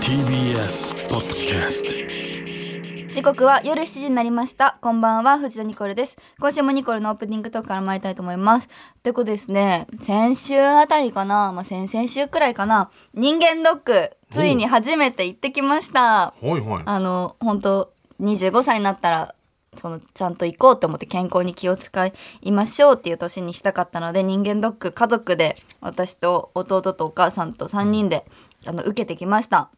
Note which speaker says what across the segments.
Speaker 1: TBS ポッドキャスト
Speaker 2: 時刻は夜7時になりましたこんばんは藤田ニコルです今週もニコルのオープニングトークから参りたいと思いますということでですね先週あたりかなまあ先々週くらいかな人間ドックついに初めて行ってきました
Speaker 1: はいは
Speaker 2: あの本当25歳になったらそのちゃんと行こうと思って健康に気を使いましょうっていう年にしたかったので人間ドック家族で私と弟とお母さんと3人で、あの受けてきました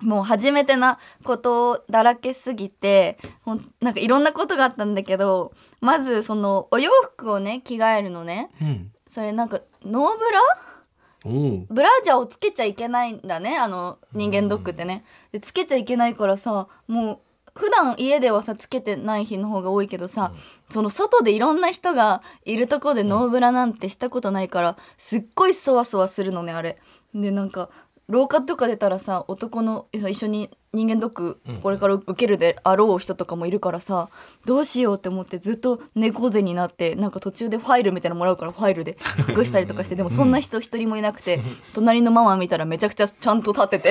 Speaker 2: もう初めてなことだらけすぎてほんなんかいろんなことがあったんだけどまずそのお洋服をね着替えるのね
Speaker 1: いうん
Speaker 2: それなんかノーブラ
Speaker 1: おお
Speaker 2: ブラジャーをつけちゃいけないんだねあの人間ドックってね、でつけちゃいけないからさもう普段家ではさつけてない日の方が多いけどさ、その外でいろんな人がいるとこでノーブラなんてしたことないからすっごいそわそわするのねあれ。でなんか廊下とか出たらさ男のさ一緒に人間ドックこれから受けるであろう人とかもいるからさどうしようって思ってずっと猫背になってなんか途中でファイルみたいなのもらうからファイルで隠したりとかしてでもそんな人一人もいなくて隣のママ見たらめちゃくちゃちゃんと立って て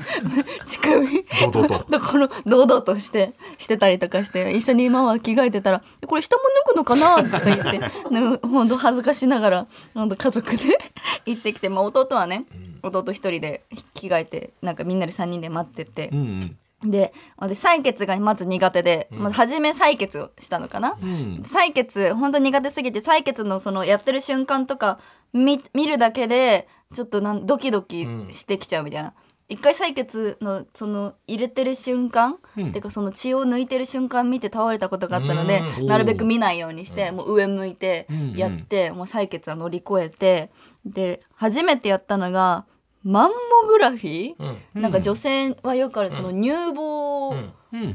Speaker 2: 乳首
Speaker 1: 堂々 と
Speaker 2: だから堂々としてしてたりとかして一緒にママ着替えてたら「これ下も脱ぐのかな?」とか言ってねほんと恥ずかしながらほんと家族で 行ってきて、まあ、弟はね弟一人で着替えてなんかみんなで3人で待ってて
Speaker 1: うんうん
Speaker 2: で私採血がまず苦手で、まず初め採血をしたのかな。
Speaker 1: うん
Speaker 2: 採血本当苦手すぎて採血のそのやってる瞬間とか見見るだけでちょっとなんドキドキしてきちゃうみたいな、一回採血のその入れてる瞬間、
Speaker 1: うん
Speaker 2: てかその血を抜いてる瞬間見て倒れたことがあったので
Speaker 1: うん
Speaker 2: なるべく見ないようにして、もう上向いて
Speaker 1: うん
Speaker 2: やって、もう採血は乗り越えてで初めてやったのがマンモグラフィー、なんか女性はよくあるその乳房、
Speaker 1: うん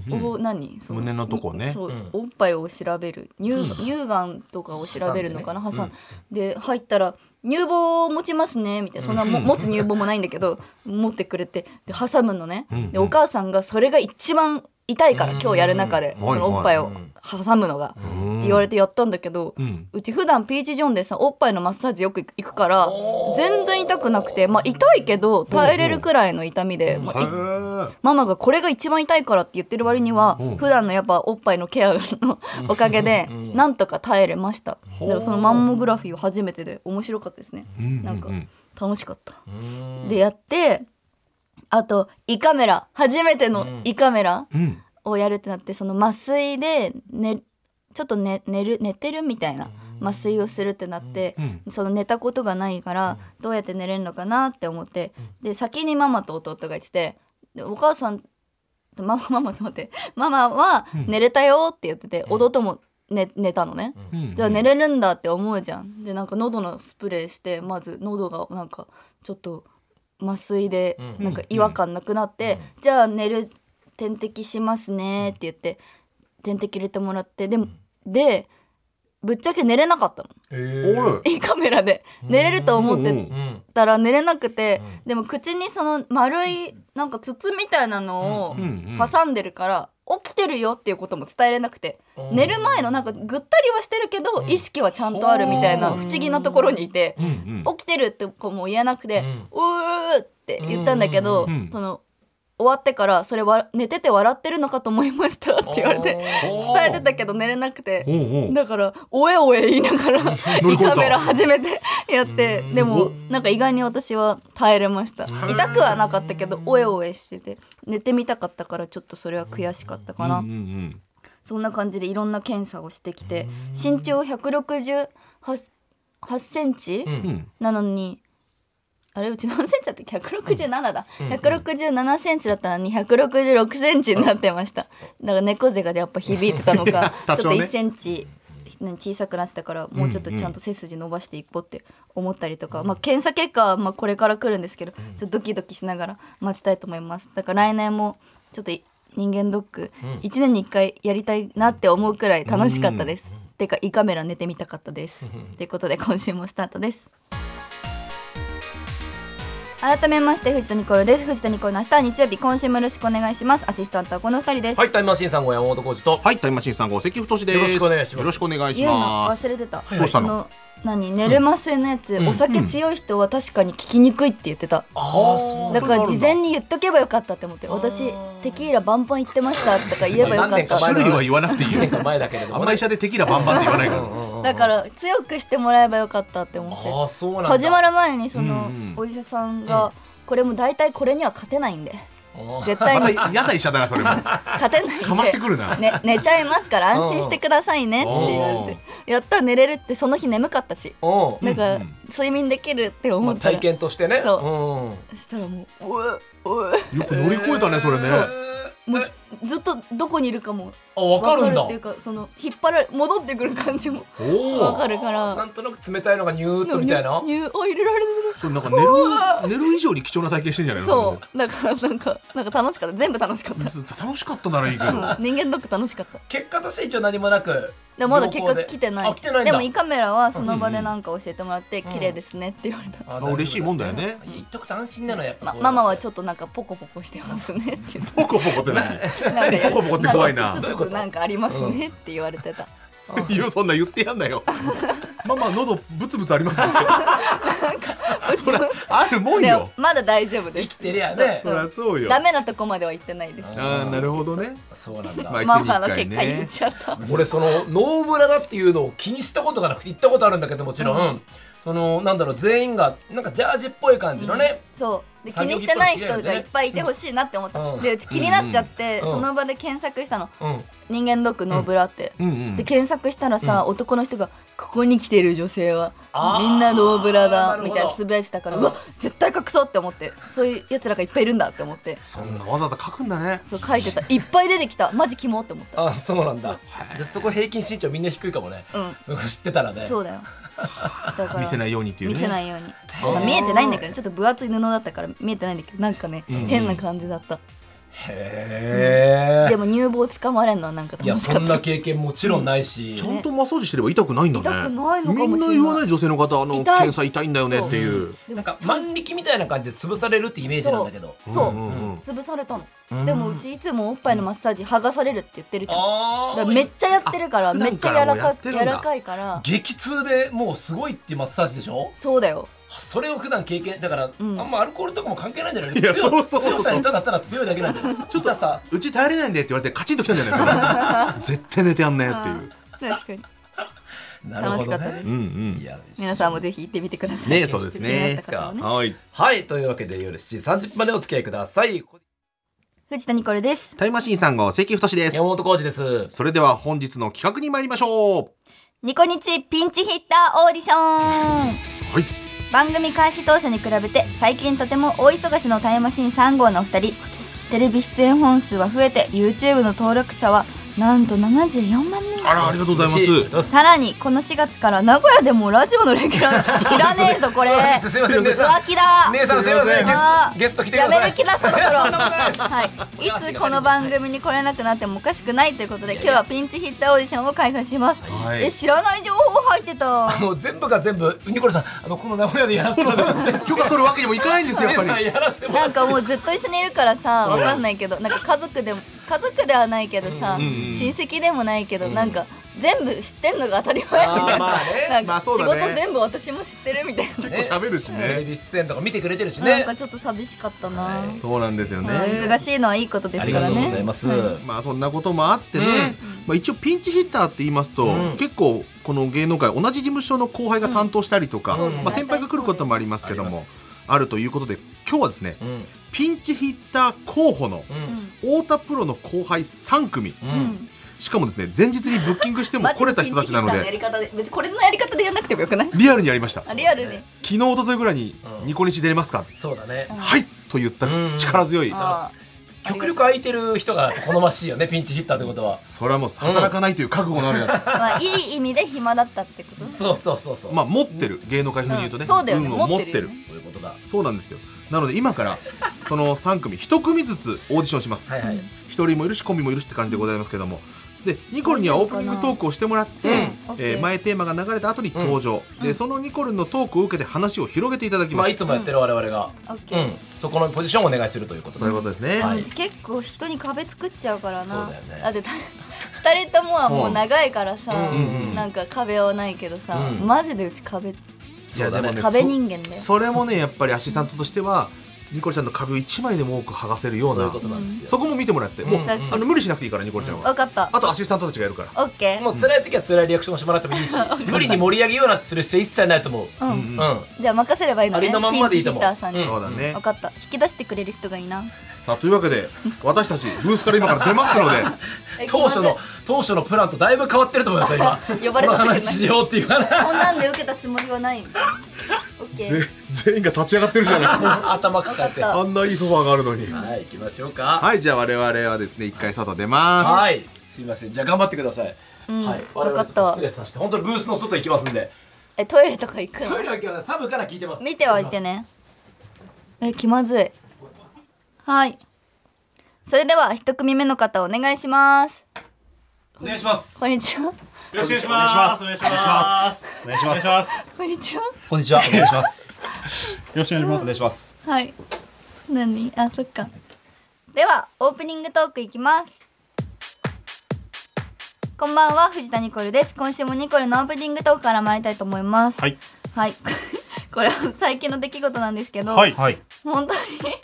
Speaker 1: うん
Speaker 2: を何そ
Speaker 1: 胸のとこね
Speaker 2: そう、
Speaker 3: うん
Speaker 2: おっぱいを調べる乳乳がんとかを調べるのかな
Speaker 3: 挟
Speaker 2: 挟
Speaker 3: ん
Speaker 2: ん
Speaker 3: で
Speaker 2: で,、
Speaker 3: ね
Speaker 2: 入ったら「乳房を持ちますね」みたいなそんなも持つ乳房もないんだけど持ってくれてで挟むのね、
Speaker 1: うん
Speaker 2: でお母さんがそれが一番痛いから、
Speaker 3: うん
Speaker 2: 今日やる中で、
Speaker 1: うん
Speaker 2: そのおっぱいを
Speaker 3: うん
Speaker 2: 挟むのが、って言われてやったんだけど、
Speaker 1: うんうん
Speaker 2: うち普段ピーチ・ジョンでさおっぱいのマッサージよく行くから全然痛くなくて、まあ、痛いけど耐えれるくらいの痛みで、まあい
Speaker 1: は
Speaker 2: ママがこれが一番痛いからって言ってる割には
Speaker 1: うん
Speaker 2: 普段のやっぱおっぱいのケアの おかげで
Speaker 3: うん
Speaker 2: なんとか耐えれましただ
Speaker 3: う
Speaker 2: からそのマンモグラフィーを初めてで面白かったですね
Speaker 1: いうん
Speaker 2: なんか
Speaker 1: うん
Speaker 2: 楽しかった
Speaker 3: うん
Speaker 2: でやってあと胃カメラ初めての胃カメラ
Speaker 1: うん
Speaker 2: をやるってなってその麻酔で、ね、ちょっと寝寝る寝てるみたいな麻酔をするってなって
Speaker 1: う、ん
Speaker 2: その寝たことがないからどうやって寝れるのかなって思って、で先にママと弟がいててでお母さんとママママと待って ママは
Speaker 1: うん
Speaker 2: 寝れたよって言ってて、
Speaker 3: うん
Speaker 2: 弟も寝寝たのね、
Speaker 1: うん
Speaker 2: じゃあ寝れるんだって思うじゃんでなんか喉のスプレーしてまず喉がなんかちょっと麻酔で
Speaker 3: うん
Speaker 2: なんか違和感なくなって、じゃあ寝る点滴しますねって言って点滴入れてもらってでもでぶっちゃけ寝れなかったの
Speaker 3: え
Speaker 1: おる
Speaker 2: いいカメラで寝れると思っ
Speaker 1: う
Speaker 2: て
Speaker 1: ん
Speaker 3: うん
Speaker 2: たら寝れなくて、
Speaker 3: う
Speaker 2: でも口にその丸いなんか筒みたいなのを
Speaker 1: うんうん
Speaker 2: 挟んでるから起きてるよっていうことも伝えれなくて、
Speaker 3: うん
Speaker 2: 寝る前のなんかぐったりはしてるけど、
Speaker 3: うん
Speaker 2: 意識はちゃんとあるみたいな
Speaker 1: ほう
Speaker 2: 不思議なところにいて、
Speaker 1: うんうん
Speaker 2: 起きてるって子も言えなくて
Speaker 3: うん
Speaker 2: 「うー」って言ったんだけど、
Speaker 1: うん
Speaker 2: その終わってから「それは寝てて笑ってるのかと思いました」って言われて
Speaker 1: お
Speaker 2: 伝えてたけど寝れなくて
Speaker 1: おうおう
Speaker 2: だから「おえおえ」言いながら
Speaker 1: 乗り
Speaker 2: 胃
Speaker 1: 越えた
Speaker 2: カメラ初めて やって
Speaker 3: うん
Speaker 2: です
Speaker 1: ご
Speaker 2: も
Speaker 1: っ
Speaker 2: なんか意外に私は耐えれました
Speaker 3: ん
Speaker 2: 痛くはなかったけどおえおえしてて寝てみたかったからちょっとそれは悔しかったか
Speaker 1: う
Speaker 2: な
Speaker 1: う
Speaker 2: ん
Speaker 1: ん
Speaker 2: そんな感じでいろんな検査をしてきて身長168センチ
Speaker 3: うん
Speaker 1: うんうん
Speaker 2: なのにあれうち何センチだって167だ167センチだったのに166センチになってましただから猫背がやっぱ響いてたの かち
Speaker 1: 多
Speaker 2: ょっと
Speaker 1: 少ね
Speaker 2: 1センチね小さくなってたからもうちょっとちゃんと背筋伸ばしていこうって思ったりとか、まあ、検査結果はまあこれから来るんですけどちょっとドキドキしながら待ちたいと思いますだから来年もちょっとい人間ドック1年に1回やりたいなって思うくらい楽しかったです、てか胃カメラ寝てみたかったですということで今週もスタートです改めまして藤田ニコルです藤田ニコルの明日は日曜日今週もよろしくお願いしますアシスタントはこの二人です、
Speaker 3: はい、タイムマシーンさんご山本浩二と。
Speaker 1: はい、タイムマシーンさんご関太志です。
Speaker 3: よろしくお願いします
Speaker 1: よろしくお願いし
Speaker 2: 言うの
Speaker 1: ま
Speaker 2: 忘れてた
Speaker 1: す。どうした
Speaker 2: あ
Speaker 1: の？
Speaker 2: の何寝る麻酔のやつ、
Speaker 3: うん
Speaker 2: お酒強い人は確かに効きにくいって言ってた、
Speaker 3: あ
Speaker 1: ー
Speaker 3: あ、
Speaker 1: そう
Speaker 2: だ
Speaker 3: そう。
Speaker 2: から事前に言っとけばよかったって思って私テキーラバンバン行ってましたとか言えばよか
Speaker 3: 何
Speaker 2: っ
Speaker 3: 年か前
Speaker 2: た
Speaker 1: 種類は言わなくていいよ
Speaker 3: 何。か前だけれど
Speaker 1: あ
Speaker 3: も
Speaker 1: んま
Speaker 3: ね
Speaker 1: 医。者でテキーラバンバンって言わないから。
Speaker 2: だから強くしてもらえばよかったって思って
Speaker 3: ああ、そうなんだ。
Speaker 2: 始まる前にそ
Speaker 1: うん
Speaker 2: の
Speaker 1: うん
Speaker 2: お医者さんがこれも大体これには勝てないんで
Speaker 3: あー。
Speaker 2: 絶 対
Speaker 1: また
Speaker 2: に
Speaker 1: 嫌な医者だなそれも。か
Speaker 2: 勝てないんで
Speaker 1: ましてくるな。
Speaker 2: ね、寝ちゃいますから安心してくださいねって言われてやったら寝れるってその日眠かったし
Speaker 3: うん。
Speaker 2: だか
Speaker 1: う
Speaker 2: ら
Speaker 1: ん
Speaker 2: 睡眠できるって
Speaker 3: ま
Speaker 2: 思
Speaker 3: あ、
Speaker 2: ったら、
Speaker 3: 体験としてね。
Speaker 2: そ
Speaker 3: うん。
Speaker 2: そしたらもううえうえ
Speaker 1: よく乗り越えたねそれね。
Speaker 2: もうずっとどこにいるかも
Speaker 3: あ、わかるんだ
Speaker 2: ってい。うかその引っ張られ戻ってくる感じも
Speaker 1: お
Speaker 2: わ
Speaker 1: お。
Speaker 2: かるから
Speaker 3: なんとなく冷たいのがニューっとみたいな。
Speaker 2: 入入あ入れられる
Speaker 1: そうなんか寝る寝る以上に貴重な体験してんじゃないの？
Speaker 2: そうだからなんかなんか楽しかった全部楽しかっ
Speaker 1: うん。楽しかったならいいけ
Speaker 2: た、
Speaker 1: ど。
Speaker 2: うん、人間ドック楽しかった
Speaker 3: 結果として一応何もなく。
Speaker 2: でもまだ結
Speaker 3: 良
Speaker 2: 果
Speaker 3: 好で
Speaker 2: 来てな
Speaker 3: あ
Speaker 2: い
Speaker 3: 来てないん
Speaker 2: で
Speaker 3: だ
Speaker 2: も胃カメラはその場でなんか教えてもらって、綺麗ですねって言われた、
Speaker 3: あ
Speaker 1: あ嬉しいもんだよ。
Speaker 3: なる
Speaker 1: ね
Speaker 3: ほ。ど言っとくと安心なのやっぱ
Speaker 2: ま
Speaker 3: そう
Speaker 2: マ
Speaker 3: だ
Speaker 2: マはちょっとなんかポコポコしてますねって 言って
Speaker 1: ポコポコってない。
Speaker 2: なんか
Speaker 1: ポコポコって怖いなん
Speaker 2: かブツブツなんかありますねって言われてた
Speaker 1: いいよそんな 言ってやんなよ。ママ喉ブツブツあり ますね。それあるもん
Speaker 2: で
Speaker 1: よ
Speaker 2: も。まだ大丈夫で
Speaker 3: 生
Speaker 2: す
Speaker 3: きてりゃね
Speaker 1: そ。りゃそうよ。
Speaker 2: ダメなとこまでは行ってないです
Speaker 3: あ
Speaker 1: ああなるほどね。
Speaker 3: そうなんだ
Speaker 1: まあ。
Speaker 2: ママの結果言っちゃった、
Speaker 3: 俺そのノーブラだっていうのを気にしたことがなくて行ったことあるんだけどもちろん、そのなんだろう全員がなんかジャージっぽい感じのね、
Speaker 2: そうで気
Speaker 3: 産業
Speaker 2: にしてない
Speaker 3: 日
Speaker 2: 人
Speaker 3: 本の
Speaker 2: が
Speaker 3: 時代だよ
Speaker 2: い
Speaker 3: ね
Speaker 2: っぱいいてほしいなって思った、
Speaker 3: うん
Speaker 2: で気になっちゃって、
Speaker 3: うんうん
Speaker 2: その場で検索したの
Speaker 3: うん
Speaker 2: 「人間ドックノーブラ」って、
Speaker 1: うんうん
Speaker 2: で。検索したらさ、男の人が「ここに来てる女性は
Speaker 3: あー
Speaker 2: みんなノーブラ
Speaker 3: な
Speaker 2: だ」
Speaker 3: るほ
Speaker 2: み
Speaker 3: ど
Speaker 2: たいなつぶやいてたから、
Speaker 3: う
Speaker 2: うんわ絶対隠そうって思ってそういうやつらがいっぱいいるんだって思って
Speaker 1: そんなわざと書くんだね。
Speaker 2: そう書いてたいっぱい出てきたマジキモって思っ
Speaker 3: あそうなんだ
Speaker 1: そう
Speaker 3: じゃあそこ平均身長みんな低いかもね
Speaker 2: たうん
Speaker 3: そこ知ってたらね
Speaker 2: そうだよだから
Speaker 1: 見せないようにっていうね。。
Speaker 2: 見せないいように、まあ見えてないんだけどちょっと分厚い布だったから見えてないんだけどなんかね、
Speaker 1: うん
Speaker 2: 変な感じだった
Speaker 3: へ
Speaker 2: で
Speaker 3: え
Speaker 2: も乳房掴まれんのはなんか
Speaker 3: いや
Speaker 2: 楽しか
Speaker 3: そ
Speaker 2: っ
Speaker 3: ん
Speaker 2: た
Speaker 3: な経験もちろんないし、
Speaker 1: ちゃんとマッサージしてれば痛くないんだね。
Speaker 2: 痛くないのかもしれない
Speaker 1: みんな言わない女性の方あの
Speaker 2: 痛い
Speaker 1: 検査痛いんだよねっていう。
Speaker 2: で
Speaker 3: なん
Speaker 2: も
Speaker 3: か万力みたいな感じで潰されるってイメージなんだけど
Speaker 2: そうん
Speaker 1: んん
Speaker 2: 潰されたの、
Speaker 3: うん
Speaker 2: でもうちいつもおっぱいのマッサージ剥がされるって言ってるじゃんだか
Speaker 3: あ
Speaker 2: ら
Speaker 3: ー
Speaker 2: めっちゃやってるから
Speaker 1: あ
Speaker 2: めっちゃ柔
Speaker 1: 普段からも
Speaker 2: ら
Speaker 1: うや
Speaker 2: か
Speaker 1: って
Speaker 2: 柔
Speaker 1: るんだ
Speaker 2: らかいから
Speaker 3: 激痛でもうすごいっていうマッサージでしょ
Speaker 2: そうだよ
Speaker 3: それを普段経験だから、
Speaker 2: うん
Speaker 3: あんまアルコールとかも関係ないんじゃない
Speaker 1: いや
Speaker 3: 強
Speaker 1: そうそうそう
Speaker 3: 強さにただただ強いだけなんだよちょっとさ
Speaker 1: うち耐えれないんでって言われてカチンときたんじゃ ないですか絶対寝てやんねっていう。
Speaker 2: 確かに
Speaker 3: なる
Speaker 2: 楽
Speaker 3: ほ
Speaker 2: しか
Speaker 3: ど
Speaker 2: った
Speaker 3: ね
Speaker 2: です、
Speaker 1: うんうん。
Speaker 3: いや
Speaker 2: 皆さんもぜひ行ってみてください
Speaker 1: ねそうですね
Speaker 2: 気 になった方はね
Speaker 1: はい。
Speaker 3: はいというわけで夜7時30分までお付き合いください
Speaker 2: 藤田ニコルです
Speaker 1: タイムマシーンさん号関太志です
Speaker 3: 山。本浩二です
Speaker 1: それでは本日の企画に参りましょう。
Speaker 2: ニコニチピンチヒッターオーディション
Speaker 1: はい。
Speaker 2: 番組開始当初に比べて最近とても大忙しのタイムマシーン3号のお二人テレビ出演本数は増えて YouTube の登録者はなんと74万人
Speaker 1: あらありがとうございます。
Speaker 3: ます
Speaker 2: さらにこの4月から名古屋でもラジオのレギュラー知らねえぞこれ
Speaker 3: そうですすいません姉さん
Speaker 2: 浮気だ
Speaker 3: 姉さんすいませんゲ
Speaker 2: あ
Speaker 3: ス
Speaker 2: ー
Speaker 3: ゲスト来てくだ
Speaker 2: や
Speaker 3: さい
Speaker 2: める気だそろそろ
Speaker 3: いや そんなことないです
Speaker 2: はい、いつこの番組に来れなくなってもおかしくないということで今日はピンチヒッターオーディションを開催します、
Speaker 1: はい
Speaker 2: え知らない情報入ってた
Speaker 3: あの全部が全部ニコルさんあのこの名古屋でやらせてもらって
Speaker 1: 許可取るわけにもいかないんですよ
Speaker 3: 姉
Speaker 1: やっ
Speaker 3: さ
Speaker 1: ぱ
Speaker 3: ん
Speaker 1: り。
Speaker 3: やらせてもら
Speaker 2: な
Speaker 3: っ
Speaker 2: ん
Speaker 3: て
Speaker 2: かもうずっと一緒にいるから さわかんないけどなんか家族でも家族ではないけどさ、
Speaker 1: うんうんうん
Speaker 2: 親戚でもないけど、なんか全部知ってんのが当たり前みた
Speaker 1: あー
Speaker 2: いな,、
Speaker 1: まあ
Speaker 3: ね
Speaker 2: なん
Speaker 1: まあ
Speaker 2: か
Speaker 1: そ
Speaker 2: 仕
Speaker 1: うだ
Speaker 2: 事
Speaker 1: ね
Speaker 2: 全部私も知ってるみたいな、
Speaker 3: ね
Speaker 1: 喋るし
Speaker 3: テレ
Speaker 1: ね。
Speaker 3: ビ出演とか見てくれてるし
Speaker 2: なん
Speaker 3: ね
Speaker 2: かちょっと寂しかったな、
Speaker 3: はい
Speaker 1: そうなんですよね。
Speaker 2: 忙しいのはいいことで
Speaker 3: あ
Speaker 2: す
Speaker 3: り
Speaker 2: か
Speaker 3: が
Speaker 2: ら
Speaker 3: とうご
Speaker 2: ね
Speaker 3: ざいます
Speaker 1: まあそんなこともあってね、まあ、一応ピンチヒッターって言いますと、
Speaker 3: うん
Speaker 1: 結構この芸能界同じ事務所の後輩が担当したりとか、
Speaker 3: うん
Speaker 1: まあ、先輩が来ることもありますけど
Speaker 3: あり
Speaker 1: も、
Speaker 3: ます
Speaker 1: あるということで今日はですね
Speaker 3: うん
Speaker 1: ピンチヒッター候補の
Speaker 3: うん
Speaker 1: 太田プロの後輩3組
Speaker 3: う
Speaker 2: うん
Speaker 3: ん
Speaker 1: しかもですね前日にブッキングしても
Speaker 2: マジ
Speaker 1: 来れた人たちなの
Speaker 2: ピンチヒ
Speaker 1: で
Speaker 2: ッターのやり方で別にこれのやり方でやんなくてもよくない
Speaker 1: リアルにやりました
Speaker 2: あ
Speaker 1: 昨
Speaker 2: リアルに、
Speaker 1: 日一昨日ぐらいに
Speaker 3: う
Speaker 1: 「
Speaker 3: ん
Speaker 1: ニコニチ出れますか?」
Speaker 3: そうだね
Speaker 1: はいと言った力強い
Speaker 2: あー
Speaker 3: 極力空いてる人が好ましいよねピンチヒッターってことは
Speaker 1: それはもう働かないという覚悟のあるや
Speaker 2: まあいい意味で暇だったってこと
Speaker 3: そうそうそうそう
Speaker 1: つまあ持ってる芸能界風に言うとね
Speaker 2: うんそうだよね
Speaker 1: 運を
Speaker 2: 持
Speaker 1: 持
Speaker 2: っ
Speaker 1: ってて
Speaker 2: るよ
Speaker 1: る
Speaker 2: ね
Speaker 3: そういうことだ
Speaker 1: そうなんですよなので今からその3組1組ずつオーディションします
Speaker 3: はいはい
Speaker 1: 1人もいるしコンビもいるしって感じでございますけどもでニコルにはオープニングトークをしてもらって、
Speaker 3: うん
Speaker 1: えー
Speaker 2: OK
Speaker 1: 前テーマが流れた後に登場、でそのニコルのトークを受けて話を広げていただき
Speaker 3: ま
Speaker 1: ま
Speaker 3: あ
Speaker 1: す、
Speaker 3: いつもやってる我々が、
Speaker 2: オッ
Speaker 3: う
Speaker 2: ケー
Speaker 3: ん、そこのポジションをお願いするということ
Speaker 1: そういうことですね、
Speaker 3: はい
Speaker 2: でも結構人に壁作っちゃうからな
Speaker 3: そうだよね
Speaker 2: ってた 二人ともはもう長いからさ、
Speaker 3: うんうんうん
Speaker 2: なんか壁はないけどさ、
Speaker 3: うん
Speaker 2: マジでうち壁
Speaker 1: いや
Speaker 3: そうだ
Speaker 1: で
Speaker 3: ね
Speaker 1: もね
Speaker 2: 壁人間だよ
Speaker 1: それもねやっぱりアシスタントとしてはニコルちゃんの壁を1枚でも多く剥がせるよう
Speaker 3: そうい
Speaker 1: な
Speaker 3: うことなんですよ、
Speaker 1: そこも見てもらって、もう
Speaker 3: うん
Speaker 2: 確
Speaker 1: あ
Speaker 2: かに
Speaker 1: の無理しなくていいからニコルちゃんは、
Speaker 2: 分かった
Speaker 1: あとアシスタントたちがいるから
Speaker 2: オッケー
Speaker 3: もう辛い時は辛いリアクションをしてもらってもいいし、無理に盛り上げようなんてする必要一切ないと思う。
Speaker 2: うん、
Speaker 1: うん
Speaker 3: う
Speaker 2: じゃあ任せればいいの
Speaker 3: あ
Speaker 2: ね
Speaker 3: りのまんまでいいと思う
Speaker 2: ピンチヒッターさんに、
Speaker 3: うん
Speaker 1: そうだね、
Speaker 2: 分かった引き出してくれる人がいいな
Speaker 1: さあというわけで私たちブースから今から出ますので
Speaker 2: え
Speaker 3: ん。当初の当初のプランとだいぶ変わってると思いますよ今。
Speaker 2: 呼ばれ
Speaker 3: こ
Speaker 2: た
Speaker 3: の
Speaker 2: 時
Speaker 3: 話しようっていう 話
Speaker 2: こんなんで受けたつもりはないオッケ
Speaker 1: ぜ
Speaker 2: ー
Speaker 1: 全員が立ち上がってるじゃない
Speaker 3: 頭抱えて。
Speaker 2: わか
Speaker 3: は
Speaker 1: あんないいソファーがあるのに
Speaker 3: い行きましょうか。
Speaker 1: はいじゃあ我々はですね一回外出ます
Speaker 3: はい。すいませんじゃあ頑張ってください。
Speaker 2: うん
Speaker 3: はい。
Speaker 2: わかった
Speaker 3: 我々ちょと失礼させて本当にブースの外行きますんで。
Speaker 2: えトイレとか行く
Speaker 3: トイ
Speaker 2: の
Speaker 3: レは今日はサブから聞いてます。
Speaker 2: 見てはいてねえ気まずいはいそれでは一組目の方お願いします
Speaker 4: お願いします。
Speaker 2: こんにちは
Speaker 4: よろしくお願いします。お願いします。お願いします。お願いします。
Speaker 2: こんにちは
Speaker 3: こんにちは。お願いします。
Speaker 4: よろしくお願いします。お願いします。
Speaker 2: はい何あそっかではオープニングトークいきますこんばんは藤田ニコルです今週もニコルのオープニングトークから参りたいと思います
Speaker 4: はい。
Speaker 2: はい これは最近の出来事なんですけど、
Speaker 4: はい。はい。
Speaker 2: 本当に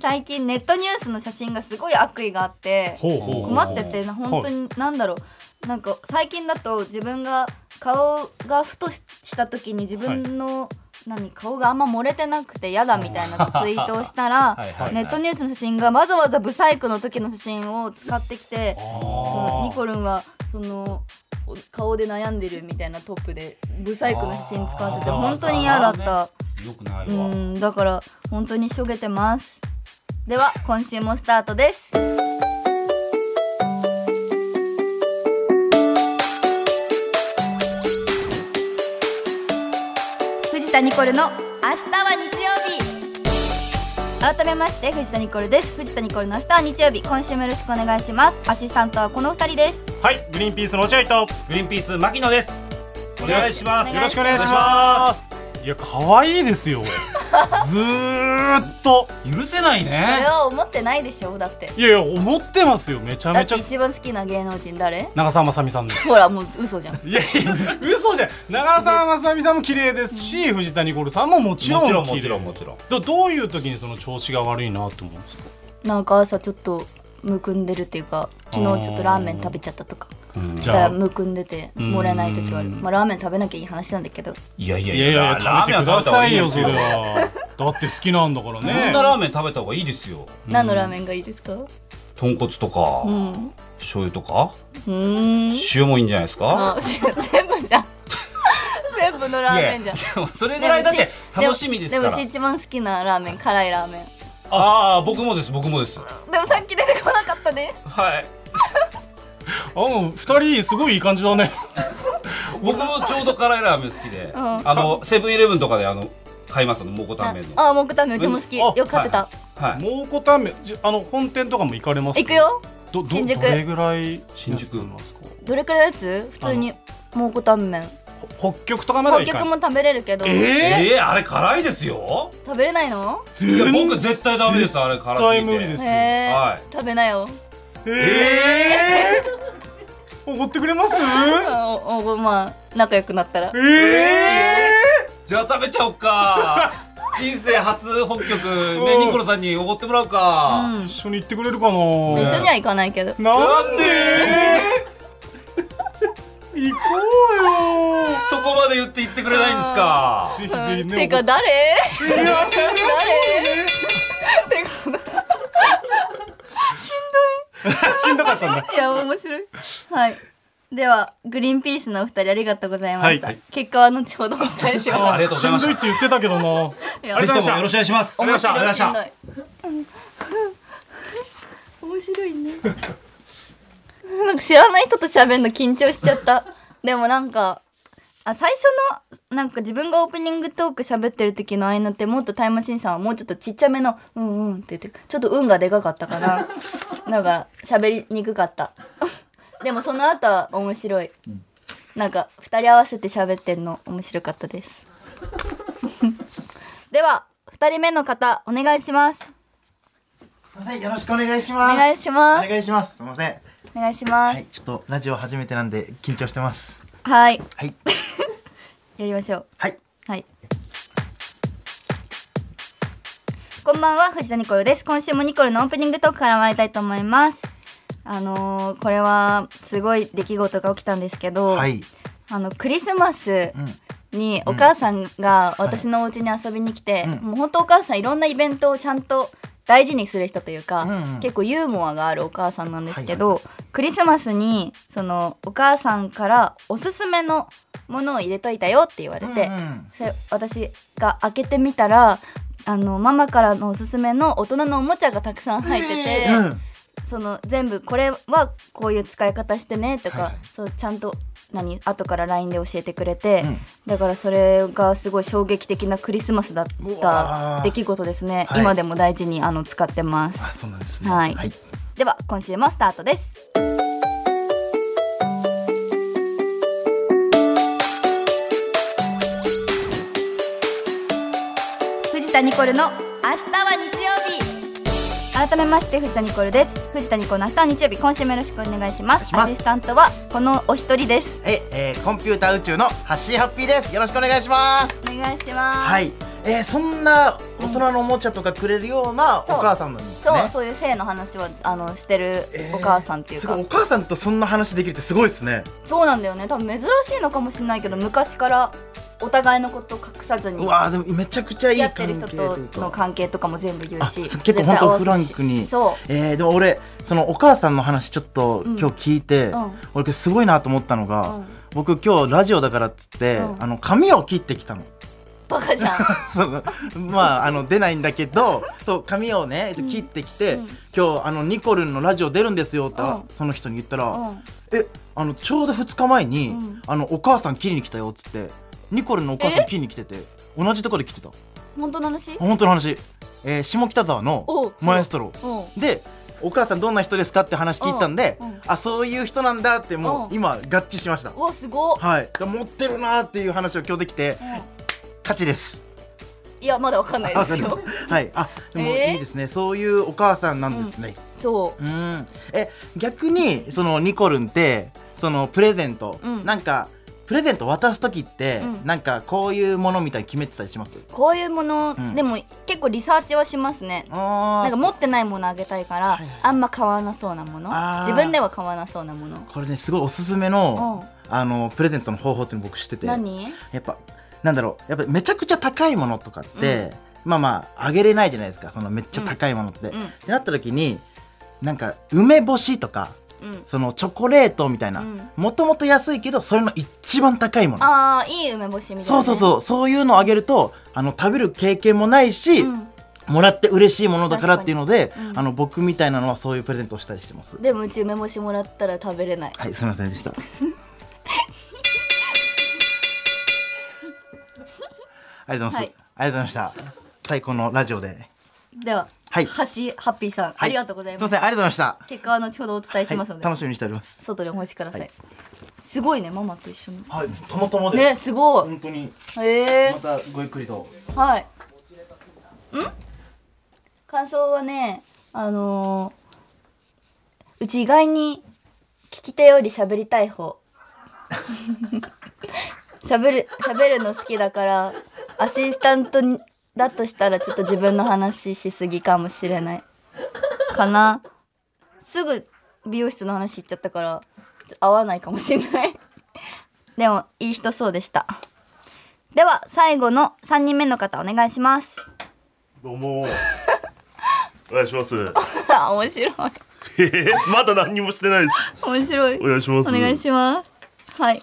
Speaker 2: 最近ネットニュースの写真がすごい悪意があって
Speaker 4: ほうほうほう。
Speaker 2: 困っててな本当
Speaker 4: はい。
Speaker 2: になんだろうなんか最近だと自分が顔がふとしした時に自分の、何顔があんま漏れてなくて嫌だみたいな ツイートをしたら
Speaker 3: はいはいはい
Speaker 2: ネットニュースの写真がわざわざブサイクの時の写真を使ってきてそのニコルンはそのお顔で悩んでるみたいなトップでブサイクの写真使ってて
Speaker 4: あー
Speaker 2: 本当に嫌だった。
Speaker 4: よくないうわ。
Speaker 2: んだから本当にしょげてますでは今週もスタートです藤田ニコルの明日は日曜日改めまして藤田ニコルです藤田ニコルの明日は日曜日今週もよろしくお願いしますアシスタントはこの二人です
Speaker 4: はい。グリーンピースの落合と。
Speaker 5: グリーンピース牧野です。お願いします。
Speaker 2: よろしくお願いし
Speaker 5: ます。
Speaker 4: いや、可愛いです よ。ずーっと。
Speaker 5: 許せない
Speaker 2: それ
Speaker 5: ね。
Speaker 2: は思ってないでしょだって
Speaker 4: いやいや、思ってますよ。めちゃ
Speaker 2: だっ
Speaker 4: めち
Speaker 2: て
Speaker 4: ゃ。
Speaker 2: 一番好きな芸能人誰
Speaker 4: 長澤まさみさんです。
Speaker 2: ほらもう嘘じゃん
Speaker 4: いやいや、嘘じゃん。長澤まさみさんも綺麗ですし、藤田ニコルさんももちろん
Speaker 5: も
Speaker 4: 綺
Speaker 5: ち
Speaker 4: 麗。
Speaker 5: ろんもちろんもちろん。
Speaker 4: どどういう時にその調子が悪いなと思うんですか。
Speaker 2: なんか朝ちょっとむくんでるっていうか昨日ちょっとラーメン食べちゃったとかし
Speaker 4: じ
Speaker 2: た
Speaker 4: ゃ
Speaker 2: ら
Speaker 4: あ
Speaker 2: むくんでて漏れない時はある
Speaker 4: うん
Speaker 2: まあラーメン食べなきゃいい話なんだけど
Speaker 5: いやいや
Speaker 4: いやいやいや食べてくださいよそれ
Speaker 5: こん
Speaker 4: はだって好きなんだからね
Speaker 5: なラーメン食べた方がいいですよ。
Speaker 2: 何のラーメンがいいですか
Speaker 5: 豚骨とか
Speaker 2: うんう
Speaker 5: 醤油とか
Speaker 2: ーん
Speaker 5: 塩もいいんじゃないですか。
Speaker 2: あ全部じゃん全部のラーメンじゃん
Speaker 5: いやでもそれぐらいだって楽しみですか
Speaker 2: も
Speaker 5: ら
Speaker 2: うち。一番好きなラーメン辛いラーメン
Speaker 5: ああ僕もです僕もです。
Speaker 2: でもさっき出てこなかったね
Speaker 5: はい。
Speaker 4: あもう二人すごいいい感じだね
Speaker 5: 僕もちょうど辛いラーメン好きで、
Speaker 2: うん
Speaker 5: あのセブンイレブンとかであの買いますのモコタン
Speaker 2: あ
Speaker 5: 麺の。
Speaker 2: あ木炭麺うちも好き
Speaker 4: うんあ
Speaker 2: よく買ってた
Speaker 5: はい。
Speaker 4: 蒙古タンメンじあの本店とかも行かれます
Speaker 2: 行くよ
Speaker 4: どど
Speaker 2: 新宿
Speaker 4: どれぐらい
Speaker 5: 新宿
Speaker 4: いますか
Speaker 2: どれくらいのやつ普通に木炭麺
Speaker 4: ほ北極とかまでは
Speaker 2: 北
Speaker 4: 行
Speaker 2: 極
Speaker 4: かない
Speaker 2: も食べれるけど
Speaker 4: え
Speaker 5: ええあれ辛いですよ。
Speaker 2: 食べれないの
Speaker 4: ー、
Speaker 5: いや僕
Speaker 4: 絶
Speaker 5: 絶対ダメですあれ辛すぎて
Speaker 4: 対無理ですよえ
Speaker 2: へ
Speaker 5: は
Speaker 2: え食べなよ
Speaker 4: えー、怒ってくれます
Speaker 2: おおまあ仲良くなったら
Speaker 4: ええ
Speaker 5: じゃあ食べちゃおっ か人生初北極
Speaker 4: うん
Speaker 5: ねニコロさんにおごってもらうか、
Speaker 2: うん
Speaker 4: ー、一緒に行ってくれるかな
Speaker 2: 一緒
Speaker 5: ね
Speaker 2: には行かないけど
Speaker 4: なんで
Speaker 5: え
Speaker 4: 行こうよ
Speaker 5: ーそこまで言って言ってくれないんですか
Speaker 4: ぜひ
Speaker 2: う
Speaker 4: ぜひ
Speaker 2: ん
Speaker 4: ね
Speaker 2: てか誰
Speaker 4: いやそれは
Speaker 2: てか
Speaker 4: しんどかったんだ
Speaker 2: いや面白いはいではグリーンピースのお二人ありがとうございました、
Speaker 4: はい
Speaker 2: 結果は後ほどお伝えし
Speaker 5: あ
Speaker 2: ま
Speaker 5: りがとうございまし
Speaker 4: しんどいって言ってたけどな
Speaker 2: すいや
Speaker 5: たぜひ
Speaker 4: がとう
Speaker 5: と
Speaker 4: ございまし
Speaker 5: も
Speaker 4: た
Speaker 5: よろしくお願いします
Speaker 2: 面
Speaker 5: お願
Speaker 2: 白
Speaker 5: い
Speaker 2: い
Speaker 5: し
Speaker 2: しん
Speaker 5: ま
Speaker 2: ど
Speaker 5: し
Speaker 2: いうん面白いね なんか知らない人と喋るの緊張しちゃったでもなんかあ最初のなんか自分がオープニングトーク喋ってる時の合いの手もっとタイムマシーンさんはもうちょっとちっちゃめの「うん うん」って言ってちょっと「運がでかかったかな だから喋りにくかったでもその後は面白い。なんか二人合わせて喋ってんの面白かったです。では二人目の方お願いします。
Speaker 6: すいませんよろしくお願いし
Speaker 2: お
Speaker 6: ます
Speaker 2: 願いしま
Speaker 6: お
Speaker 2: す。
Speaker 6: 願いしますすいません
Speaker 2: お願いしま
Speaker 6: はい
Speaker 2: す。
Speaker 6: ちょっとラジオ初めてなんで緊張してます
Speaker 2: はい。
Speaker 6: はい
Speaker 2: やりましょう。
Speaker 6: はい
Speaker 2: はい。こんばんは、藤田ニコルです。今週もニコルのオープニングトークから参りたいと思います。あのーこれはすごい出来事が起きたんですけど、
Speaker 6: はい
Speaker 2: あのクリスマス
Speaker 6: うん
Speaker 2: にお母さんが私のお家に遊びに来て、
Speaker 6: うん
Speaker 2: もう本当お母さんいろんなイベントをちゃんと大事にする人というか、
Speaker 6: うんうん
Speaker 2: 結構ユーモアがあるお母さんなんですけど、クリスマスにそのお母さんからおすすめのものを入れといたよって言われて、
Speaker 6: うんうん
Speaker 2: それ私が開けてみたらあのママからのおすすめの大人のおもちゃがたくさん入ってて、
Speaker 6: うん
Speaker 2: その全部これはこういう使い方してねとか、
Speaker 6: はいはい
Speaker 2: そうちゃんと何後から LINE で教えてくれて、
Speaker 6: うん
Speaker 2: だからそれがすごい衝撃的なクリスマスだっ
Speaker 6: うわ
Speaker 2: た
Speaker 6: ー
Speaker 2: 出来事ですね、
Speaker 6: はい
Speaker 2: 今でも大事にあの使ってま
Speaker 6: あ
Speaker 2: す
Speaker 6: そうなんですね
Speaker 2: はい
Speaker 6: はい
Speaker 2: では今週もスタートです藤田ニコルの明日は日曜日改めまして藤田ニコルです藤田ニコルの明日は日曜日今週もよろしくお願いします
Speaker 6: お願
Speaker 2: アシ
Speaker 6: いします
Speaker 2: スタントはこのお一人です
Speaker 6: え、えーコンピューター宇宙のハッシーハッピーですよろしくお願いします
Speaker 2: お願いします、
Speaker 6: はいえー、そんな大人のおもちゃとかくれるようなお
Speaker 2: そう
Speaker 6: 母さんなんです
Speaker 2: そう、
Speaker 6: ね
Speaker 2: そういう性の話をあのしてるお母さんっていう
Speaker 6: す
Speaker 2: か、
Speaker 6: ごいお母さんとそんな話できるってすごいですね
Speaker 2: そうなんだよね多分珍しいのかもしれないけど昔からお互いのことを隠さずに
Speaker 6: うわーでもめちゃくちゃいい
Speaker 2: やっ
Speaker 6: 関
Speaker 2: て
Speaker 6: 係
Speaker 2: る人と
Speaker 6: いうか
Speaker 2: の関係とかも全部言うし
Speaker 6: あそう結構本当フランクに
Speaker 2: 絶対合わせるし
Speaker 6: えー、でも俺そのお母さんの話ちょっと
Speaker 2: うん
Speaker 6: 今日聞いて、
Speaker 2: うん
Speaker 6: 俺これすごいなと思ったのが、
Speaker 2: うん
Speaker 6: 僕今日ラジオだからっつって、
Speaker 2: うん
Speaker 6: あの髪を切ってきたの。
Speaker 2: そうバカじゃ ん
Speaker 6: そのまああの出ないんだけどそう髪をね切ってきて、
Speaker 2: うん
Speaker 6: 今日あのニコルンのラジオ出るんですよって、
Speaker 2: うん
Speaker 6: その人に言ったら、
Speaker 2: うん
Speaker 6: えあのちょうど2日前に、
Speaker 2: うん
Speaker 6: あのお母さん切りに来たよっつってニコルンのお母さん切りに来てて同じところで来てた
Speaker 2: 本当の話
Speaker 6: 本当の話、えー下北沢
Speaker 2: おう
Speaker 6: のマエストロ
Speaker 2: うん
Speaker 6: でお母さんどんな人ですかって話聞いたんで、
Speaker 2: うんうん
Speaker 6: あそういう人なんだっても
Speaker 2: う
Speaker 6: うん今合致しました、
Speaker 2: うわすごっ、
Speaker 6: はい持ってるなーっていう話を今日できて
Speaker 2: う
Speaker 6: 勝ちです
Speaker 2: んいやまだわかんないです
Speaker 6: あわ
Speaker 2: よ
Speaker 6: かりましたはいあでも
Speaker 2: えー
Speaker 6: いいですね、そういうお母さんなんですね
Speaker 2: そう
Speaker 6: うんえ逆にそのニコルンってそのプレゼント、
Speaker 2: うん
Speaker 6: なんかプレゼント渡す時って、
Speaker 2: うん
Speaker 6: なんかこういうものみたいに決めてたりします
Speaker 2: こういうもの、
Speaker 6: うん
Speaker 2: でも結構リサーチはしますね
Speaker 6: あ
Speaker 2: なん
Speaker 6: ー
Speaker 2: か持ってないものあげたいから、あんま買わなそうなもの
Speaker 6: あー
Speaker 2: 自分では買わなそうなもの
Speaker 6: これねすごいおすすめの,、あのプレゼントの方法っていうの僕知ってて
Speaker 2: 何
Speaker 6: やっぱなんだろうやっぱめちゃくちゃ高いものとかって、まあまああげれないじゃないですかそのめっちゃ高いものっ
Speaker 2: うん
Speaker 6: て。ってなった時になんか梅干しとか
Speaker 2: うん
Speaker 6: そのチョコレートみたいな
Speaker 2: うん
Speaker 6: もともと安いけどそれの一番高いもの。
Speaker 2: あーいい梅干しみたい
Speaker 6: そ
Speaker 2: な
Speaker 6: う
Speaker 2: ね、
Speaker 6: そうそうそういうのをあげるとあの食べる経験もないし、
Speaker 2: うん
Speaker 6: もらって嬉しいものだからっていうので、
Speaker 2: かにうん
Speaker 6: あの僕みたいなのはそういうプレゼントをしたりしてます。
Speaker 2: でもうち梅干しもらったら食べれない
Speaker 6: はいすみませんでした。ありがとうございます。
Speaker 2: はい
Speaker 6: ありがとうございました。最高のラジオで。
Speaker 2: では、
Speaker 6: はい
Speaker 2: ハシハッピーさん、ありがとうございます
Speaker 6: すみませんありがとうございま
Speaker 2: 結果は後ほどお伝え
Speaker 6: した。
Speaker 2: しますの
Speaker 6: はい
Speaker 2: で、
Speaker 6: 楽しみにしております。
Speaker 2: 外でお待ちください、
Speaker 6: はい
Speaker 2: すごいねママと一緒に
Speaker 6: はい、ともとも
Speaker 2: ねすごい
Speaker 6: 本当に
Speaker 2: へえ
Speaker 6: またごゆっくりと。
Speaker 2: はいん感想はねあのーうち意外に聞き手より喋りたい方喋る喋るの好きだからアシスタントにだとしたらちょっと自分の話しすぎかもしれないかなすぐ美容室の話しちゃったからちょ合わないかもしれないでもいい人そうでしたでは最後の3人目の方お願いします
Speaker 7: どうも。お願いしま す。
Speaker 2: 面白い
Speaker 7: えへへまだ何にもしてないです。
Speaker 2: 面白い
Speaker 7: お願いします。
Speaker 2: お願いします。はい。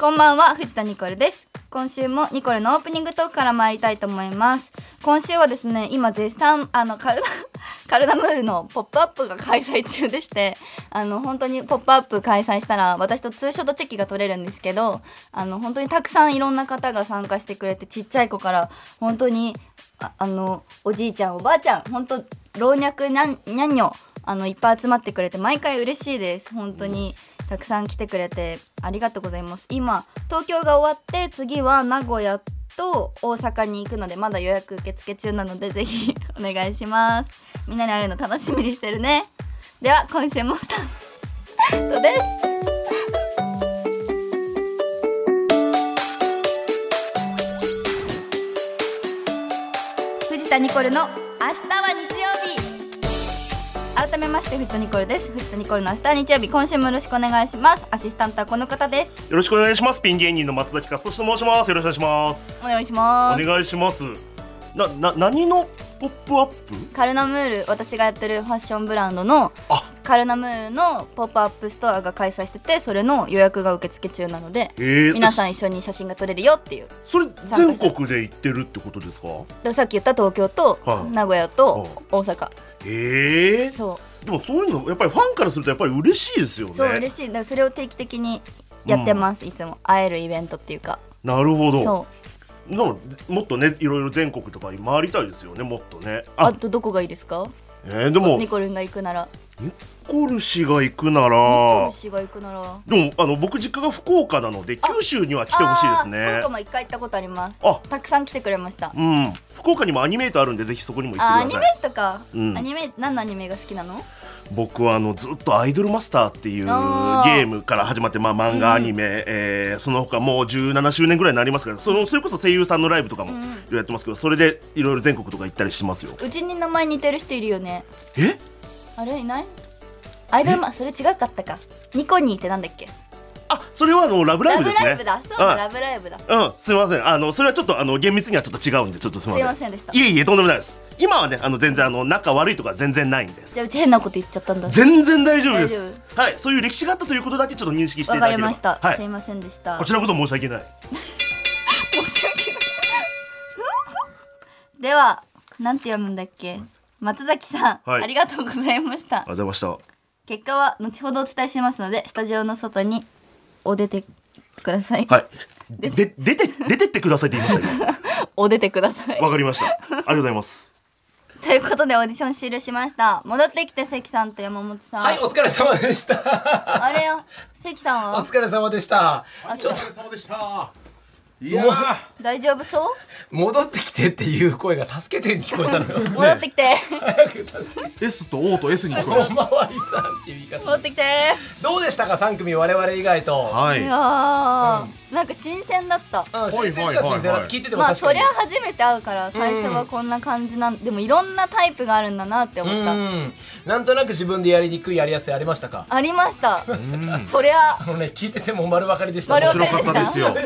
Speaker 2: こんばんは、藤田ニコルです。今週もニコルのオープニングトークから参りたいと思います。今週はですね、今絶賛あのカルダ カルダムールのポップアップが開催中でして、あの本当にポップアップ開催したら私とツーショットチェキが取れるんですけど、あの本当にたくさんいろんな方が参加してくれて、ちっちゃい子から本当にああのおじいちゃんおばあちゃん本当老若男女あのいっぱい集まってくれて毎回嬉しいです本当にたくさん来てくれてありがとうございます今東京が終わって次は名古屋と大阪に行くのでまだ予約受付中なのでぜひ お願いしますみんなに会えるの楽しみにしてるねでは今週もスタートです藤田ニコルの明日は日曜日改めまして藤田ニコルです藤田ニコルの明日は日曜日今週もよろしくお願いしますアシスタントはこの方です
Speaker 7: よろしくお願いします。ピン芸人の松崎勝人と申します。よろしくお願いします。
Speaker 2: お願いします
Speaker 7: お願いします。な、な、何のポップアップ
Speaker 2: カルナムール私がやってるファッションブランドの
Speaker 7: あ
Speaker 2: カルナムールのポップアップストアが開催しててそれの予約が受付中なので
Speaker 7: えー
Speaker 2: 皆さん一緒に写真が撮れるよっていう
Speaker 7: それ全国で行ってるってことですか
Speaker 2: でもさっき言った東京と
Speaker 7: はい
Speaker 2: 名古屋と大阪
Speaker 7: ええ
Speaker 2: そ
Speaker 7: でもそういうのやっぱりファンからするとやっぱり嬉しいですよね
Speaker 2: うそう嬉しいだからそれを定期的にやってます、いつも会えるイベントっていうか
Speaker 7: なるほど
Speaker 2: そう
Speaker 7: でももっとねいろいろ全国とか回りたいですよねもっとね
Speaker 2: あ
Speaker 7: あ
Speaker 2: とどこがいいですか
Speaker 7: えーでも
Speaker 2: ニコルンが行くなら
Speaker 7: コルシが行くな
Speaker 2: ニコ
Speaker 7: ら
Speaker 2: ル氏が行くなら
Speaker 7: でもあの僕実家が福岡なので九州には来てほしいで
Speaker 2: あ
Speaker 7: す
Speaker 2: ー
Speaker 7: ね
Speaker 2: 福岡も一回行ったことあります
Speaker 7: あ
Speaker 2: たくさん来てくれました
Speaker 7: うん福岡にもアニメートあるんでぜひそこにも行
Speaker 2: あア
Speaker 7: って
Speaker 2: ニ
Speaker 7: くだ
Speaker 2: メ
Speaker 7: さい
Speaker 2: とか、
Speaker 7: うん
Speaker 2: アニメ何のアニメが好きなの
Speaker 7: 僕はあのずっと「アイドルマスター」っていうゲ
Speaker 2: あー
Speaker 7: ームから始まって、まあ、漫画、
Speaker 2: うん
Speaker 7: アニメ、えーその他もう17周年ぐらいになりますからそのそれこそ声優さんのライブとかも
Speaker 2: う
Speaker 7: い
Speaker 2: ん
Speaker 7: ろいろやってますけどそれでいろいろ全国とか行ったりしてますよ
Speaker 2: うちに名前似てる人いるよね
Speaker 7: え
Speaker 2: あれいないアイドルマそれ違かったかニコニーってなんだっけ
Speaker 7: あそれはあのラブライブですね
Speaker 2: ラブライブだそうだ
Speaker 7: あ
Speaker 2: ラブライブだす
Speaker 7: うんすいませんあのそれはちょっとあの厳密にはちょっと違うんでちょっとすいま
Speaker 2: い
Speaker 7: せん
Speaker 2: ませんでした
Speaker 7: いえいえとんでもないです今はねあの全然あの仲悪いとか全然ないんで
Speaker 2: じゃあう
Speaker 7: す
Speaker 2: ち変なこと言っちゃったんだ
Speaker 7: 全然大丈夫です
Speaker 2: 大丈
Speaker 7: はいそういう歴史があったということだけちょっと認識していた
Speaker 2: わ
Speaker 7: だ
Speaker 2: か
Speaker 7: け
Speaker 2: り
Speaker 7: れば
Speaker 2: ました、
Speaker 7: は
Speaker 2: すい
Speaker 7: い
Speaker 2: ませんでした
Speaker 7: こちらこそ申し訳ない
Speaker 2: 申し訳ないではなんて読むんだっけ松崎さん、
Speaker 7: はい
Speaker 2: ありがとうございました
Speaker 7: ありがとうございまし
Speaker 2: 結果は後ほどお伝えしますのでスタジオの外にお出てください、
Speaker 7: たはいでで出て出てってくださいって言いましたよ
Speaker 2: お出てください
Speaker 7: わかりました。ありがとうございます。
Speaker 2: ということでオーディション終了しました戻ってきて関さんと山本さん、
Speaker 3: はい、お疲れ様で した。
Speaker 2: あれよ関さん
Speaker 3: お
Speaker 2: は
Speaker 3: 疲れ様でした。
Speaker 2: ちょっと
Speaker 1: そうでした
Speaker 4: いやー
Speaker 2: 大丈夫そう
Speaker 3: 戻ってきてっていう声が助けてに聞こえたの よ。
Speaker 2: 戻ってきて
Speaker 1: S と O と S に聞こ
Speaker 3: お
Speaker 1: えま
Speaker 3: まわ
Speaker 1: す
Speaker 3: りさんっていう言い
Speaker 2: 戻
Speaker 3: 方
Speaker 2: っ。てきて
Speaker 3: どうでしたか、三組我々以外と。
Speaker 1: はい
Speaker 2: やー、
Speaker 1: い
Speaker 2: なんか新鮮だった
Speaker 3: うん、新鮮
Speaker 1: はい
Speaker 3: か
Speaker 1: はい
Speaker 3: 新鮮だ
Speaker 1: はい
Speaker 3: 聞いてても
Speaker 2: まあ
Speaker 3: 確
Speaker 2: そ
Speaker 3: か
Speaker 2: り
Speaker 3: に
Speaker 2: ゃ。初めて会うから最初はこんな感じなん、でもいろんなタイプがあるんだなって
Speaker 3: う
Speaker 2: 思った、
Speaker 3: ん、なんとなく自分でやりにくいやりやすいありましたか。
Speaker 2: ありましたそりゃ
Speaker 3: あのね、聞いてても丸分かりでした。
Speaker 2: 丸
Speaker 1: 面
Speaker 2: 分
Speaker 1: 白かったですよ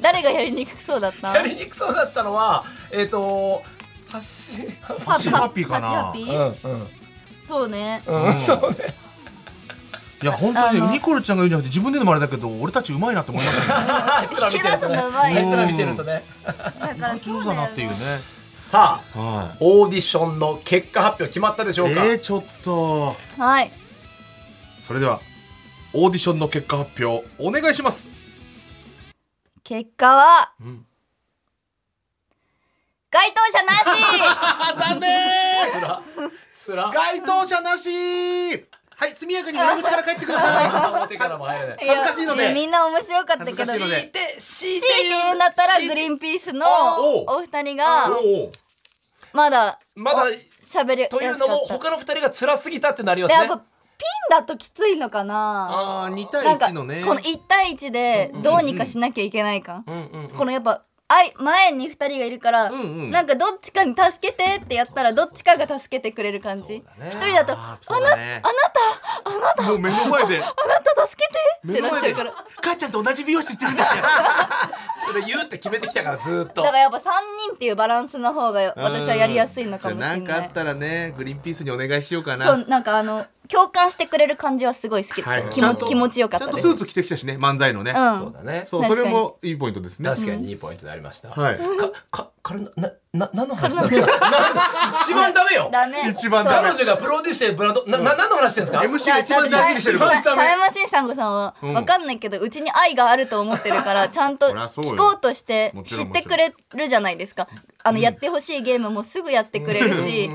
Speaker 2: 誰がやりにくそう だった
Speaker 3: やりにくそうだったのは、えっ、ー、と、発信。
Speaker 2: パ
Speaker 1: ハッピーかな
Speaker 2: パシハッピ
Speaker 3: うん、
Speaker 2: ー
Speaker 3: うん、
Speaker 2: そうね
Speaker 3: うん、そうね。
Speaker 1: いや本当
Speaker 2: あの
Speaker 1: にニコルちゃんが言うんじゃなくて自分で言うのもあれだけど俺たちうまいなって思いましたね
Speaker 3: あいつら見てると
Speaker 2: 引き
Speaker 3: ね。
Speaker 2: 出すのうまい
Speaker 3: あいつら見てるとね。
Speaker 2: だから
Speaker 1: 上
Speaker 2: そう
Speaker 1: 手だな
Speaker 2: だ
Speaker 1: っ
Speaker 2: よ
Speaker 1: ていう
Speaker 2: ね
Speaker 1: ね
Speaker 3: さあ、
Speaker 1: は
Speaker 3: オーディションの結果発表決まったでし
Speaker 1: い
Speaker 3: ょうか。
Speaker 1: えー、ちょっと
Speaker 2: はい
Speaker 1: それではオーディションの結果発表お願いします
Speaker 2: 結果は、
Speaker 3: ん
Speaker 2: 該当者なし
Speaker 1: 残念
Speaker 3: つら、つら。
Speaker 1: 該当者なしはい速やかに裏口から帰ってください
Speaker 3: 表からも入れない。
Speaker 2: や
Speaker 1: 恥ずかしいので
Speaker 2: やみんな面白かったけど
Speaker 1: 恥ずかしいので
Speaker 3: 強いて、強
Speaker 2: 強
Speaker 3: い
Speaker 2: いて言うんだったらグリ
Speaker 3: ーン。
Speaker 2: ーンピースの
Speaker 1: おう
Speaker 2: お二人 が
Speaker 1: おう
Speaker 2: まだ
Speaker 3: まだ、
Speaker 2: 喋りやすか
Speaker 3: という
Speaker 2: っ
Speaker 3: のも、
Speaker 2: た
Speaker 3: 他の二人が辛すぎたってなります
Speaker 2: やっ
Speaker 3: ね
Speaker 2: ぱ。ピンだときついのかな
Speaker 1: あー2対
Speaker 2: なんか
Speaker 1: 1のね
Speaker 2: この1対1でどうにかしなきゃいけない感、
Speaker 3: うん、うん、うん。
Speaker 2: このやっぱあい前に2人がいるから、
Speaker 1: んうん
Speaker 2: なんかどっちかに助けてってやったらどっちかが助けてくれる感じ一、人だと
Speaker 1: あ
Speaker 2: あ
Speaker 1: ーそうだねもう目の 前で
Speaker 2: なた助けてっ
Speaker 1: 目
Speaker 2: て
Speaker 1: の
Speaker 2: なっち
Speaker 1: 前で
Speaker 2: ゃうからだ
Speaker 1: 母ちゃんと同じ美容室行ってるんだよ
Speaker 3: それ言うって決めてきたから、ずーっと
Speaker 2: か。らやっぱ3人っていうバランスの方が 私はやりやすいのかもしれな
Speaker 1: う
Speaker 2: い
Speaker 1: んじゃあなんかあったらねグリーンピースにお願いしようかな
Speaker 2: そうなんかあの共感してくれる感じはすごい好き、
Speaker 1: はい
Speaker 2: 気
Speaker 1: ちゃ
Speaker 2: も
Speaker 1: んと
Speaker 2: 気持ちよかった
Speaker 1: ちゃん
Speaker 2: で
Speaker 1: と
Speaker 2: す
Speaker 1: スーツ着てきたしね漫才のね、
Speaker 2: うん
Speaker 3: そうだね。
Speaker 1: そう
Speaker 2: 確
Speaker 1: そ
Speaker 2: かに
Speaker 1: れもいいポイントですね
Speaker 3: 確かにいいポイントでありました。
Speaker 1: はい
Speaker 3: か、か、かるな、な、な、何の話なんですか。なんか一番ダメよ。
Speaker 2: ダメ
Speaker 1: 一番ダメ
Speaker 3: 彼女がプロデュースしてるブランド、な、な、何の話してんですか。
Speaker 1: MC が一番大事にしてるか
Speaker 2: タ
Speaker 1: ら
Speaker 2: イマシンさんごさんはわかんないけどうちに愛があると思ってるから ちゃんと
Speaker 1: そりゃそうよ
Speaker 2: 聞こうとして
Speaker 1: もちろ
Speaker 2: 知っ
Speaker 1: ん
Speaker 2: てくれるじゃないですかあのやってほしいゲームもすぐやってくれるし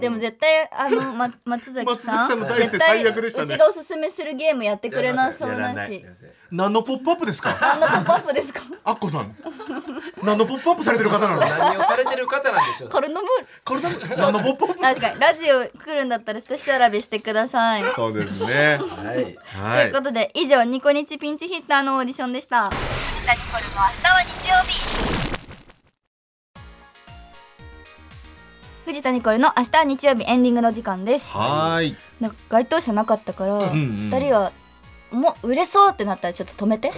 Speaker 2: でも絶対あの、ま、松崎さ
Speaker 1: 松崎
Speaker 2: ん
Speaker 1: さんの大勢
Speaker 2: 絶対
Speaker 1: 最悪でしたね
Speaker 2: うちがおすすめするゲームやってくれなそう
Speaker 7: やら
Speaker 2: だ
Speaker 7: ない
Speaker 2: し
Speaker 1: 何のポップアップですか
Speaker 2: あんなポップアップですか
Speaker 1: アッコさん何のポップアップされてる方なの
Speaker 3: 何をされてる方なんでしょう
Speaker 2: コルノムール
Speaker 1: これ何のポップアップ
Speaker 2: 確かにラジオ来るんだったら下調べしてください、
Speaker 1: そうですね
Speaker 3: はい
Speaker 1: は
Speaker 2: ということで以上ニコニチピンチヒッターのオーディションでした藤田ニコルの明日は日曜日藤田ニコルの明日は日曜日エンディングの時間です
Speaker 1: はーい
Speaker 2: なんか該当者なかったから、
Speaker 1: んうん
Speaker 2: 2人はもう売れそうってなったらちょっと止めて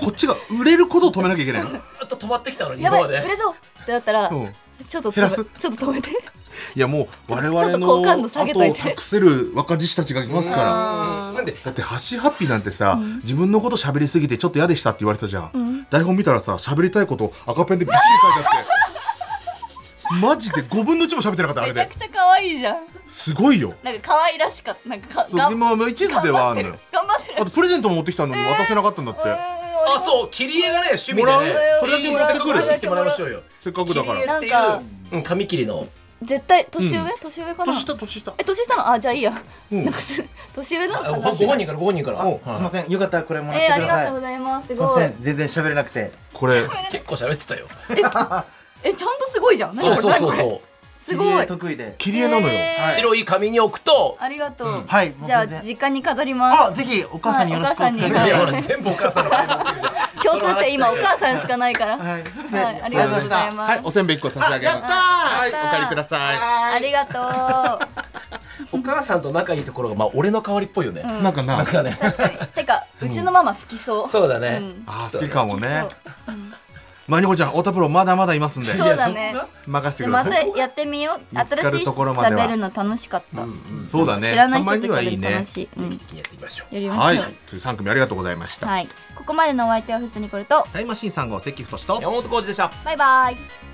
Speaker 1: こっちが売れることを止めなきゃいけないの
Speaker 3: ちょっと止まってきたの
Speaker 2: や
Speaker 3: 今
Speaker 2: ばい
Speaker 3: ま
Speaker 2: 売
Speaker 3: で
Speaker 2: れそうってなったら、
Speaker 1: うん
Speaker 2: ちょっと止め
Speaker 1: 減らす
Speaker 2: ちょっと止めて
Speaker 1: いやもう我
Speaker 2: ちょっ
Speaker 1: 々
Speaker 2: と好感
Speaker 1: の後
Speaker 2: 度下げとい
Speaker 1: を
Speaker 2: て
Speaker 1: 託せる若獅子たちがいますから
Speaker 2: あ
Speaker 3: なんで
Speaker 1: だって「ハッシーハッピー」なんてさ、自分のこと喋りすぎてちょっと嫌でしたって言われたじゃん、台本見たらさ喋りたいこと赤ペンでびっしり書いてあってマジで5分の1も喋ってなかったあれ
Speaker 2: ーめちゃ
Speaker 1: で
Speaker 2: くちゃ可愛いじゃん
Speaker 1: すごいよ
Speaker 2: なんか可愛らしかったなんかか
Speaker 1: そう今まあ一途ではあるのよ
Speaker 2: 頑張ってる
Speaker 1: あとプレゼントも持ってきたのに渡せなかったんだって、
Speaker 3: あそう切り絵がね趣味でね
Speaker 1: もらうそれだ
Speaker 3: い
Speaker 1: け
Speaker 3: い
Speaker 1: もらって
Speaker 3: せっ
Speaker 1: くる
Speaker 3: かく入ってきてもらいましょうよ
Speaker 1: せっかくだから
Speaker 3: 切り絵って
Speaker 2: なんか
Speaker 3: いううん紙切りの
Speaker 2: うん絶対年上、年上かな
Speaker 1: 年下年下
Speaker 2: え年下のあじゃあいいや、
Speaker 1: うん
Speaker 2: なんかす 年上な
Speaker 3: あ
Speaker 2: の
Speaker 3: ご
Speaker 2: かな
Speaker 3: ご本人からご本人から
Speaker 6: あ、すみません。よかったらこれもらって
Speaker 2: えー、あ
Speaker 6: く
Speaker 2: り
Speaker 6: ださ
Speaker 2: が
Speaker 6: い。
Speaker 2: とうございますす
Speaker 6: すみま
Speaker 2: ごい
Speaker 6: せん。全然喋れなくて。
Speaker 1: これ
Speaker 3: 結構喋ってたよ
Speaker 2: えちゃんとすごいじゃん
Speaker 3: そうそうそう
Speaker 2: 何これ
Speaker 3: そう
Speaker 2: すごい
Speaker 6: 得意で。
Speaker 1: 切り絵なのよ、
Speaker 2: えー
Speaker 3: 白い紙に置くと
Speaker 2: ありがとう、
Speaker 6: はい。
Speaker 2: じゃあ
Speaker 6: もう全然
Speaker 2: 実家に飾ります
Speaker 6: あ、ぜひお母さんによろしくお
Speaker 2: はいお母さん
Speaker 6: 願
Speaker 2: には
Speaker 3: い
Speaker 6: いします。
Speaker 3: やほら全部お母さんの紙に置くじゃん
Speaker 2: 共通って今お母さんしかないから。は
Speaker 6: はい。
Speaker 2: い、ありがとうございます。
Speaker 1: おせんべい1個差し上げますはいお借りくださ
Speaker 2: ありがと
Speaker 3: お母さんと仲いいところがまあ俺の代わりっぽいよね、
Speaker 1: いなんかな
Speaker 3: なんかね
Speaker 2: う。確かに。てか、うちのママ好きそう。
Speaker 3: そうだね、
Speaker 2: ん
Speaker 1: あー好きかもね
Speaker 2: 好き
Speaker 1: マニコちゃん太田プロまだまだいますんで
Speaker 2: そうそうだね
Speaker 3: いやどんな
Speaker 1: 任せて
Speaker 2: で
Speaker 1: く
Speaker 2: ま
Speaker 1: ださ
Speaker 2: た
Speaker 1: い
Speaker 2: やってみよう。
Speaker 1: 見つかる
Speaker 2: 新しい
Speaker 1: と
Speaker 2: 人
Speaker 1: ころ
Speaker 2: と
Speaker 1: までは
Speaker 2: 喋るの楽しかった。
Speaker 1: そうだね
Speaker 2: 知らない
Speaker 1: たま
Speaker 2: 人と
Speaker 1: にはいい
Speaker 2: 喋る
Speaker 1: ね
Speaker 2: 楽しい。うん。や
Speaker 3: 気にやっていきましょう
Speaker 2: りま
Speaker 1: は
Speaker 2: し
Speaker 1: い
Speaker 2: ょう。
Speaker 1: という3組ありがとうございました
Speaker 2: はい。ここまでのお相手は藤田ニコルと、
Speaker 1: タイムマシーン3号関太と
Speaker 3: 山本浩二でした
Speaker 2: バイバイ。